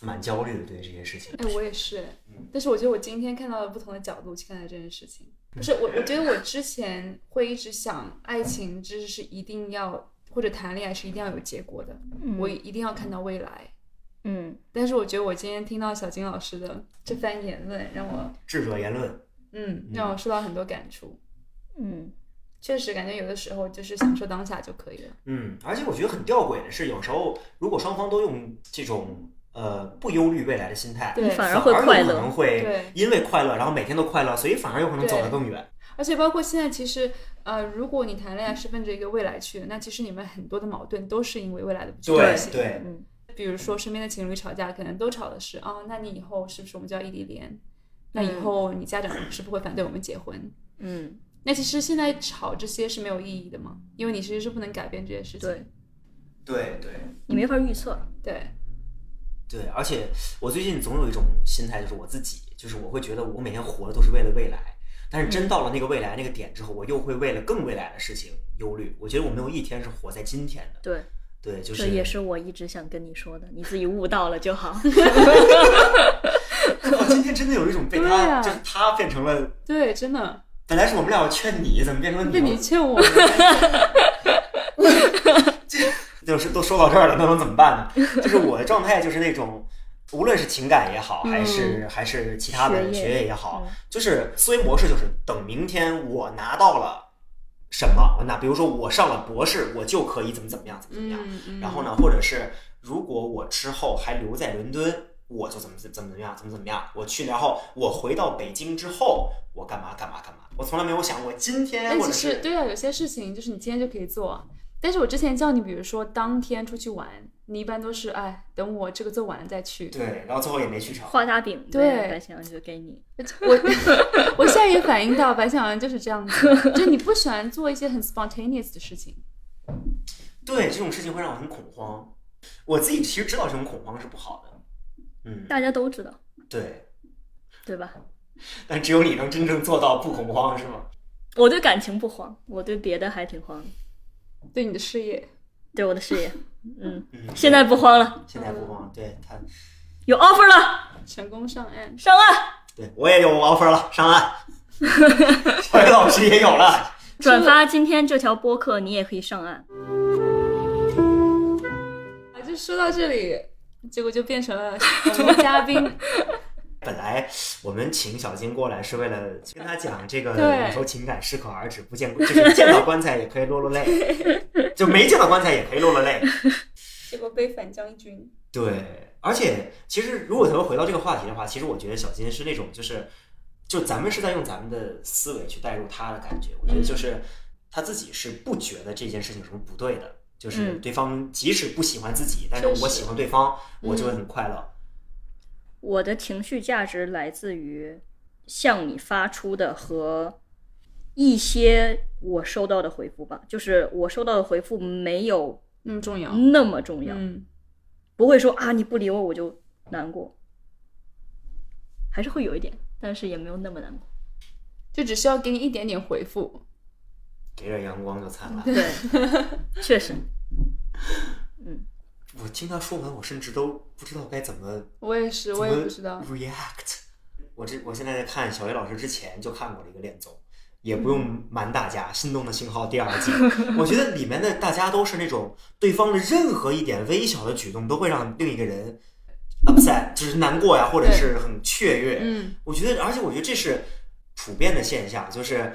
Speaker 3: 蛮焦虑的对这些事情。
Speaker 2: 哎，我也是哎
Speaker 3: 嗯，
Speaker 2: 但是我觉得我今天看到了不同的角度去看待这件事情。不是我，我觉得我之前会一直想，爱情就是是一定要，或者谈恋爱是一定要有结果的，
Speaker 1: 嗯
Speaker 2: 我一定要看到未来。
Speaker 1: 嗯，
Speaker 2: 但是我觉得我今天听到小金老师的这番言论，让我
Speaker 3: 智者言论，
Speaker 2: 嗯，让我受到很多感触。
Speaker 1: 嗯，
Speaker 2: 确实，感觉有的时候就是享受当下就可以了。
Speaker 3: 嗯，而且我觉得很吊诡的是，有时候如果双方都用这种呃不忧虑未来的心态，
Speaker 2: 对
Speaker 1: 你
Speaker 3: 反
Speaker 1: 反而会快
Speaker 3: 有可能
Speaker 1: 乐。
Speaker 3: 会
Speaker 2: 对
Speaker 3: 因为快乐，然后每天都快乐，所以反而有可能走得
Speaker 2: 对
Speaker 3: 更远。
Speaker 2: 而且包括现在，其实呃，如果你谈恋爱是奔着一个未来去的，那其实你们很多的矛盾都是因为未来的不确定性。
Speaker 3: 对，
Speaker 1: 嗯，
Speaker 2: 比如说身边的情侣吵架，可能都吵的是啊、那你以后是不是我们就要异地恋？那以后你家长是不会反对我们结婚？
Speaker 1: 嗯，
Speaker 2: 那其实现在吵这些是没有意义的嘛，因为你其实是不能改变这些事情。
Speaker 1: 对
Speaker 3: 对对
Speaker 1: 你没法预测。
Speaker 2: 对
Speaker 3: 对，而且我最近总有一种心态，就是我自己，就是我会觉得我每天活的都是为了未来，但是真到了那个未来那个点之后，我又会为了更未来的事情忧虑。我觉得我没有一天是活在今天的。
Speaker 1: 对，
Speaker 3: 对，就
Speaker 1: 这
Speaker 3: 是
Speaker 1: 也 是我一直想跟你说的，你自己悟到了就好。
Speaker 3: 我哦今天真的有一种被
Speaker 2: 对
Speaker 3: 他，
Speaker 2: 啊
Speaker 3: 就是他变成了，
Speaker 2: 对，真的
Speaker 3: 本来是我们俩要劝你，怎么变成了
Speaker 2: 被
Speaker 3: 了
Speaker 2: 你劝 我了。
Speaker 3: 就是都说到这儿了，那能怎么办呢？就是我的状态就是那种，无论是情感也好，还
Speaker 2: 嗯
Speaker 3: 是还是其他的
Speaker 1: 学业
Speaker 3: 学业也好
Speaker 1: 嗯，
Speaker 3: 就是思维模式就是等明天我拿到了什么，我拿比如说我上了博士，我就可以怎么怎么样，怎么怎么样。
Speaker 2: 嗯嗯。
Speaker 3: 然后？呢，或者是如果我之后还留在伦敦，我就怎么怎么怎么样，怎么怎么样，我去，然后我回到北京之后，我干嘛干嘛干嘛，我从来没有想我今天
Speaker 2: 但
Speaker 3: 或
Speaker 2: 其
Speaker 3: 者
Speaker 2: 实
Speaker 3: 是
Speaker 2: 对啊，有些事情就是你今天就可以做。但是我之前叫你，比如说当天出去玩，你一般都是哎，等我这个做完了再去。
Speaker 3: 对，然后最后也没去成。
Speaker 1: 画大饼，
Speaker 2: 对
Speaker 1: 白想就给你。
Speaker 2: 我我现在也反映到白小文就是这样子，就你不喜欢做一些很 spontaneous 的事情。
Speaker 3: 对，这种事情会让我很恐慌。我自己其实知道这种恐慌是不好的，嗯，
Speaker 1: 大家都知道，
Speaker 3: 对，
Speaker 1: 对吧？
Speaker 3: 但只有你能真正做到不恐慌，是吗？
Speaker 1: 我对感情不慌，我对别的还挺慌的，
Speaker 2: 对你的事业，
Speaker 1: 对我的事业，嗯，
Speaker 3: 嗯，
Speaker 1: 现在不慌了，
Speaker 3: 现在不慌，对他，
Speaker 1: 有 offer 了，
Speaker 2: 成功上岸，
Speaker 1: 上岸，
Speaker 3: 对我也有 offer 了，上岸。小雨老师也有了，
Speaker 1: 转发今天这条播客，你也可以上岸。
Speaker 2: 啊，就说到这里，结果就变成 了我们嘉 宾
Speaker 3: 本来我们请小金过来是为了跟他讲这个
Speaker 2: 对
Speaker 3: 有时候情感适可而止，不见就是见到棺材也可以落落泪， 就没见到棺材也可以落落泪。
Speaker 2: 结果被反将军。
Speaker 3: 对，而且其实如果咱们回到这个话题的话，其实我觉得小金是那种就是，就咱们是在用咱们的思维去带入他的感觉，我觉得就是他自己是不觉得这件事情有什么不对的，就是
Speaker 1: 嗯
Speaker 3: 对方即使不喜欢自己，但是
Speaker 2: 确
Speaker 3: 我
Speaker 2: 实
Speaker 3: 喜欢对方，我就
Speaker 2: 嗯
Speaker 3: 会很快乐。
Speaker 1: 我的情绪价值来自于向你发出的和一些我收到的回复吧，就是我收到的回复没有
Speaker 2: 那么嗯重要，
Speaker 1: 那么重要，
Speaker 2: 嗯，
Speaker 1: 不会说啊你不理我我就难过，还是会有一点，但是也没有那么难过。
Speaker 2: 就只需要给你一点点回复，
Speaker 3: 给点阳光就灿烂。
Speaker 2: 嗯
Speaker 1: 对，确实，
Speaker 3: 我听他说完，我甚至都不知道该怎么
Speaker 2: 我也是，
Speaker 3: 怎
Speaker 2: 我
Speaker 3: 么
Speaker 2: 也不知道，
Speaker 3: react。我这我现在在看小叶老师之前就看过了一个恋综，也不
Speaker 2: 嗯
Speaker 3: 用瞒大家，心动的信号》第二季，我觉得里面的大家都是那种对方的任何一点微小的举动都会让另一个人 upset，就是难过呀，或者
Speaker 2: 对
Speaker 3: 是很雀跃。
Speaker 2: 嗯，
Speaker 3: 我觉得，而且我觉得这是普遍的现象，就是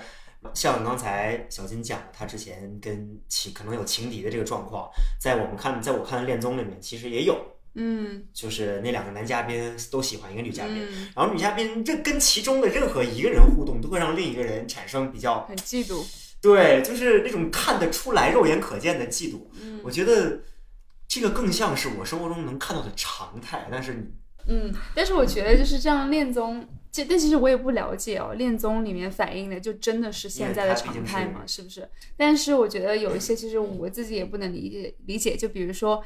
Speaker 3: 像刚才小金讲，他之前跟情可能有情敌的这个状况，在我们看，在我看的恋综里面其实也有，
Speaker 2: 嗯
Speaker 3: 就是那两个男嘉宾都喜欢一个女嘉宾，
Speaker 2: 嗯，
Speaker 3: 然后女嘉宾这跟其中的任何一个人互动，都会让另一个人产生比较
Speaker 2: 很嫉妒，
Speaker 3: 对，就是那种看得出来、肉眼可见的嫉妒。
Speaker 2: 嗯
Speaker 3: 我觉得这个更像是我生活中能看到的常态，但是你
Speaker 2: 嗯，但是我觉得就是这样恋综，其但其实我也不了解哦，恋综里面反映的就真的是现在的常态
Speaker 3: 因为它
Speaker 2: 嘛，
Speaker 3: 毕
Speaker 2: 是不是？但是我觉得有一些其实我自己也不能理解理解，就比如说。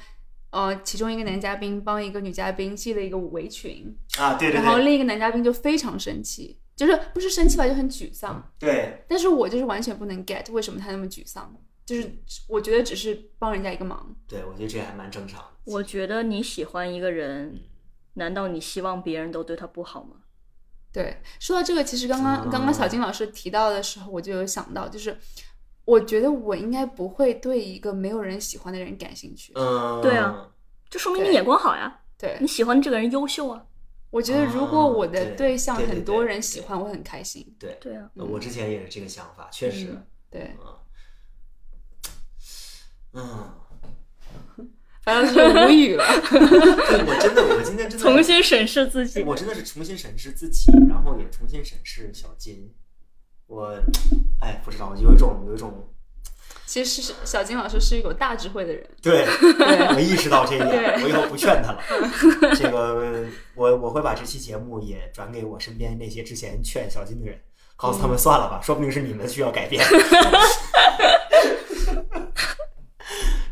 Speaker 2: 呃，其中一个男嘉宾帮一个女嘉宾系了一个围裙，
Speaker 3: 啊，对对
Speaker 2: 然后
Speaker 3: 对
Speaker 2: 另一个男嘉宾就非常生气，就是不是生气吧，就很沮丧。
Speaker 3: 对，
Speaker 2: 但是我就是完全不能 get 为什么他那么沮丧，就是我觉得只是帮人家一个忙，
Speaker 3: 对我觉得这还蛮正常的。
Speaker 1: 我觉得你喜欢一个人，难道你希望别人都对他不好吗？
Speaker 2: 对，说到这个，其实刚刚
Speaker 3: 嗯
Speaker 2: 刚刚小金老师提到的时候，我就有想到，就是我觉得我应该不会对一个没有人喜欢的人感兴趣。
Speaker 3: 嗯，
Speaker 1: 对啊，这说明你
Speaker 2: 对
Speaker 1: 眼光好呀，
Speaker 2: 对
Speaker 1: 你，喜欢这个人优秀啊。
Speaker 2: 我觉得如果我
Speaker 3: 啊
Speaker 2: 的
Speaker 3: 对
Speaker 2: 对象
Speaker 3: 对对
Speaker 2: 很多
Speaker 3: 对
Speaker 2: 人喜
Speaker 3: 对
Speaker 2: 欢，我很开心。
Speaker 3: 对，
Speaker 1: 对啊，
Speaker 3: 嗯我之前也是这个想法，确实，
Speaker 2: 嗯
Speaker 3: 哦
Speaker 2: 对，
Speaker 3: 嗯，
Speaker 2: 反正就是无语了。
Speaker 3: 对嗯我真的，我今天真的
Speaker 1: 重新审视自己。
Speaker 3: 我真的是重新审视自己，然后也重新审视小金。我，哎，不知道，有一种有一种，
Speaker 2: 其实是小金老师是一个有大智慧的人，
Speaker 3: 对
Speaker 2: 对
Speaker 3: 我意识到这一点，
Speaker 2: 对
Speaker 3: 我以后不劝他了。这个，我我会把这期节目也转给我身边那些之前劝小金的人，告诉他
Speaker 2: 嗯
Speaker 3: 们算了吧，说不定是你们需要改变。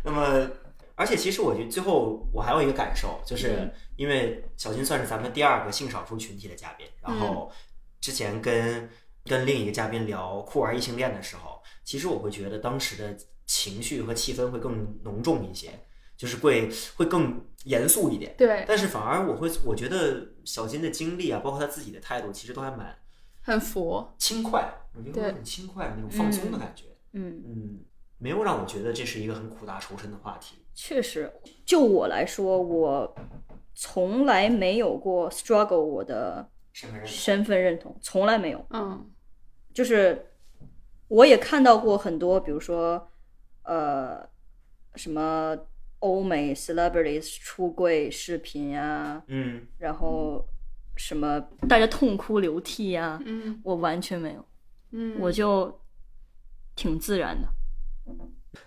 Speaker 3: 那么，而且其实我觉得最后我还有一个感受，
Speaker 2: 嗯
Speaker 3: 就是因为小金算是咱们第二个性少数群体的嘉宾，然后之前跟跟另一个嘉宾聊酷儿异性恋的时候，其实我会觉得当时的情绪和气氛会更浓重一些，就是会会更严肃一点。
Speaker 2: 对，
Speaker 3: 但是反而我会，我觉得小金的经历啊，包括他自己的态度，其实都还蛮
Speaker 2: 很佛。
Speaker 3: 轻快，我觉得会
Speaker 2: 对
Speaker 3: 很轻快的那种放松的感觉。
Speaker 1: 嗯，
Speaker 3: 嗯，没有让我觉得这是一个很苦大仇深的话题。
Speaker 1: 确实，就我来说，我从来没有过 struggle 我的
Speaker 3: 身份认同，
Speaker 1: 身份认同，从来没有。
Speaker 2: 嗯
Speaker 1: 就是我也看到过很多，比如说呃什么欧美 celebrities 出柜视频啊呀、
Speaker 3: 嗯，
Speaker 1: 然后什么大家痛哭流涕呀、
Speaker 2: 嗯
Speaker 1: 我完全没有，
Speaker 2: 嗯，
Speaker 1: 我就挺自然的。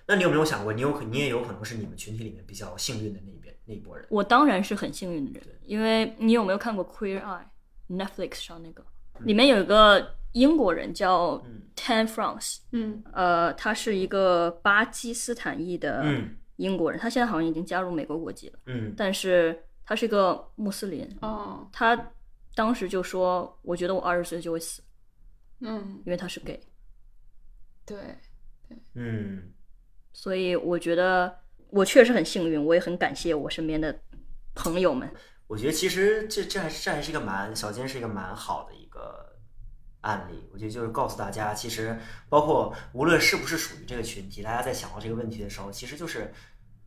Speaker 3: 那你有没有想过，你有可你也有可能是你们群体里面比较幸运的那一边那一波人？
Speaker 1: 我当然是很幸运的人，因为你有没有看过《Queer Eye》Netflix 上那个，里面有一个英国人叫
Speaker 3: 嗯
Speaker 1: Tan France，
Speaker 2: 嗯
Speaker 1: 呃，他是一个巴基斯坦裔的
Speaker 3: 嗯
Speaker 1: 英国人，他现在好像已经加入美国国籍了，
Speaker 3: 嗯
Speaker 1: 但是他是一个穆斯林，
Speaker 2: 哦
Speaker 1: 他当时就说，我觉得我二十岁就会死，
Speaker 2: 嗯，
Speaker 1: 因为他是 gay，
Speaker 2: 对，
Speaker 3: 嗯，
Speaker 1: 所以我觉得我确实很幸运，我也很感谢我身边的朋友们。
Speaker 3: 我觉得其实这这还是这还是一个蛮小金是一个蛮好的一个案例。我觉得就是告诉大家，其实包括无论是不是属于这个群体，大家在想到这个问题的时候，其实就是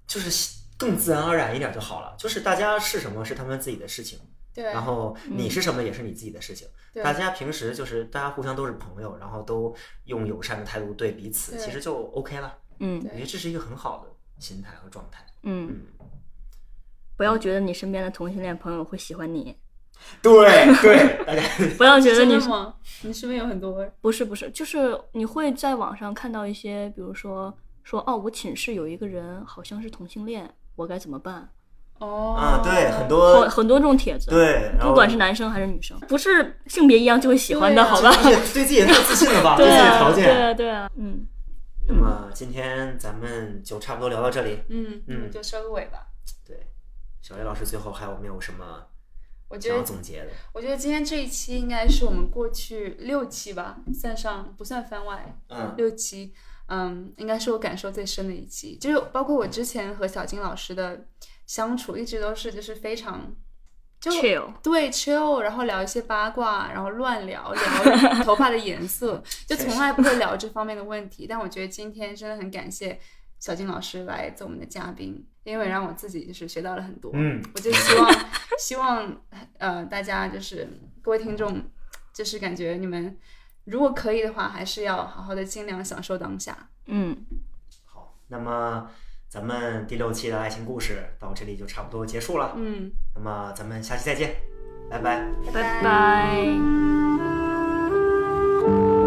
Speaker 3: 就是更自然而然一点就好了。就是大家是什么是他们自己的事情，
Speaker 2: 对，嗯
Speaker 3: 然后你是什么也是你自己的事情。
Speaker 2: 对
Speaker 3: 大家平时就是大家互相都是朋友，然后都用友善的态度对彼此，
Speaker 2: 对
Speaker 3: 其实就 OK 了。
Speaker 1: 嗯
Speaker 3: 我觉得这是一个很好的心态和状态。
Speaker 1: 嗯，
Speaker 3: 嗯，
Speaker 1: 不要觉得你身边的同性恋朋友会喜欢你，
Speaker 3: 对对，大家
Speaker 1: 不要觉得
Speaker 2: 真
Speaker 1: 你
Speaker 2: 的吗？你身边有很多，
Speaker 1: 不是不是，就是你会在网上看到一些，比如说说哦，我寝室有一个人好像是同性恋，我该怎么办？
Speaker 2: 哦，
Speaker 3: 啊，对很
Speaker 1: 好
Speaker 3: 多
Speaker 1: 很多这种帖子，
Speaker 3: 对，然后
Speaker 1: 不管是男生还是女生，不是性别一样就会喜欢的，
Speaker 2: 对啊
Speaker 1: 好吧？
Speaker 3: 而且对自己也太自信了 吧，
Speaker 1: 对
Speaker 3: 自己
Speaker 1: 啊，
Speaker 3: 的条
Speaker 1: 对
Speaker 3: 件。
Speaker 1: 啊，对啊，嗯，
Speaker 3: 那么今天咱们就差不多聊到这里。
Speaker 2: 嗯，
Speaker 3: 嗯
Speaker 2: 我们就收个尾吧。
Speaker 3: 对，小叶老师最后还有没有什么
Speaker 2: 我觉
Speaker 3: 想
Speaker 2: 得
Speaker 3: 要总结的？
Speaker 2: 我觉得今天这一期应该是我们过去六期吧，算上不算番外，
Speaker 3: 嗯
Speaker 2: 六期，嗯，应该是我感受最深的一期，就是包括我之前和小金老师的相处，一直都是就是非常就
Speaker 1: Chill
Speaker 2: 对 chill，然后聊一些八卦，然后乱聊聊头发的颜色，就从来不会聊这方面的问题。但我觉得今天真的很感谢小金老师来做我们的嘉宾，因为让我自己就是学到了很多。
Speaker 3: 嗯，
Speaker 2: 我就希望 希望呃大家就是各位听众，就是感觉你们如果可以的话，还是要好好的尽量享受当下。
Speaker 1: 嗯，
Speaker 3: 好，那么咱们第六期的爱情故事到这里就差不多结束了。
Speaker 2: 嗯，
Speaker 3: 那么咱们下期再见，拜拜。
Speaker 1: 拜拜。
Speaker 2: 拜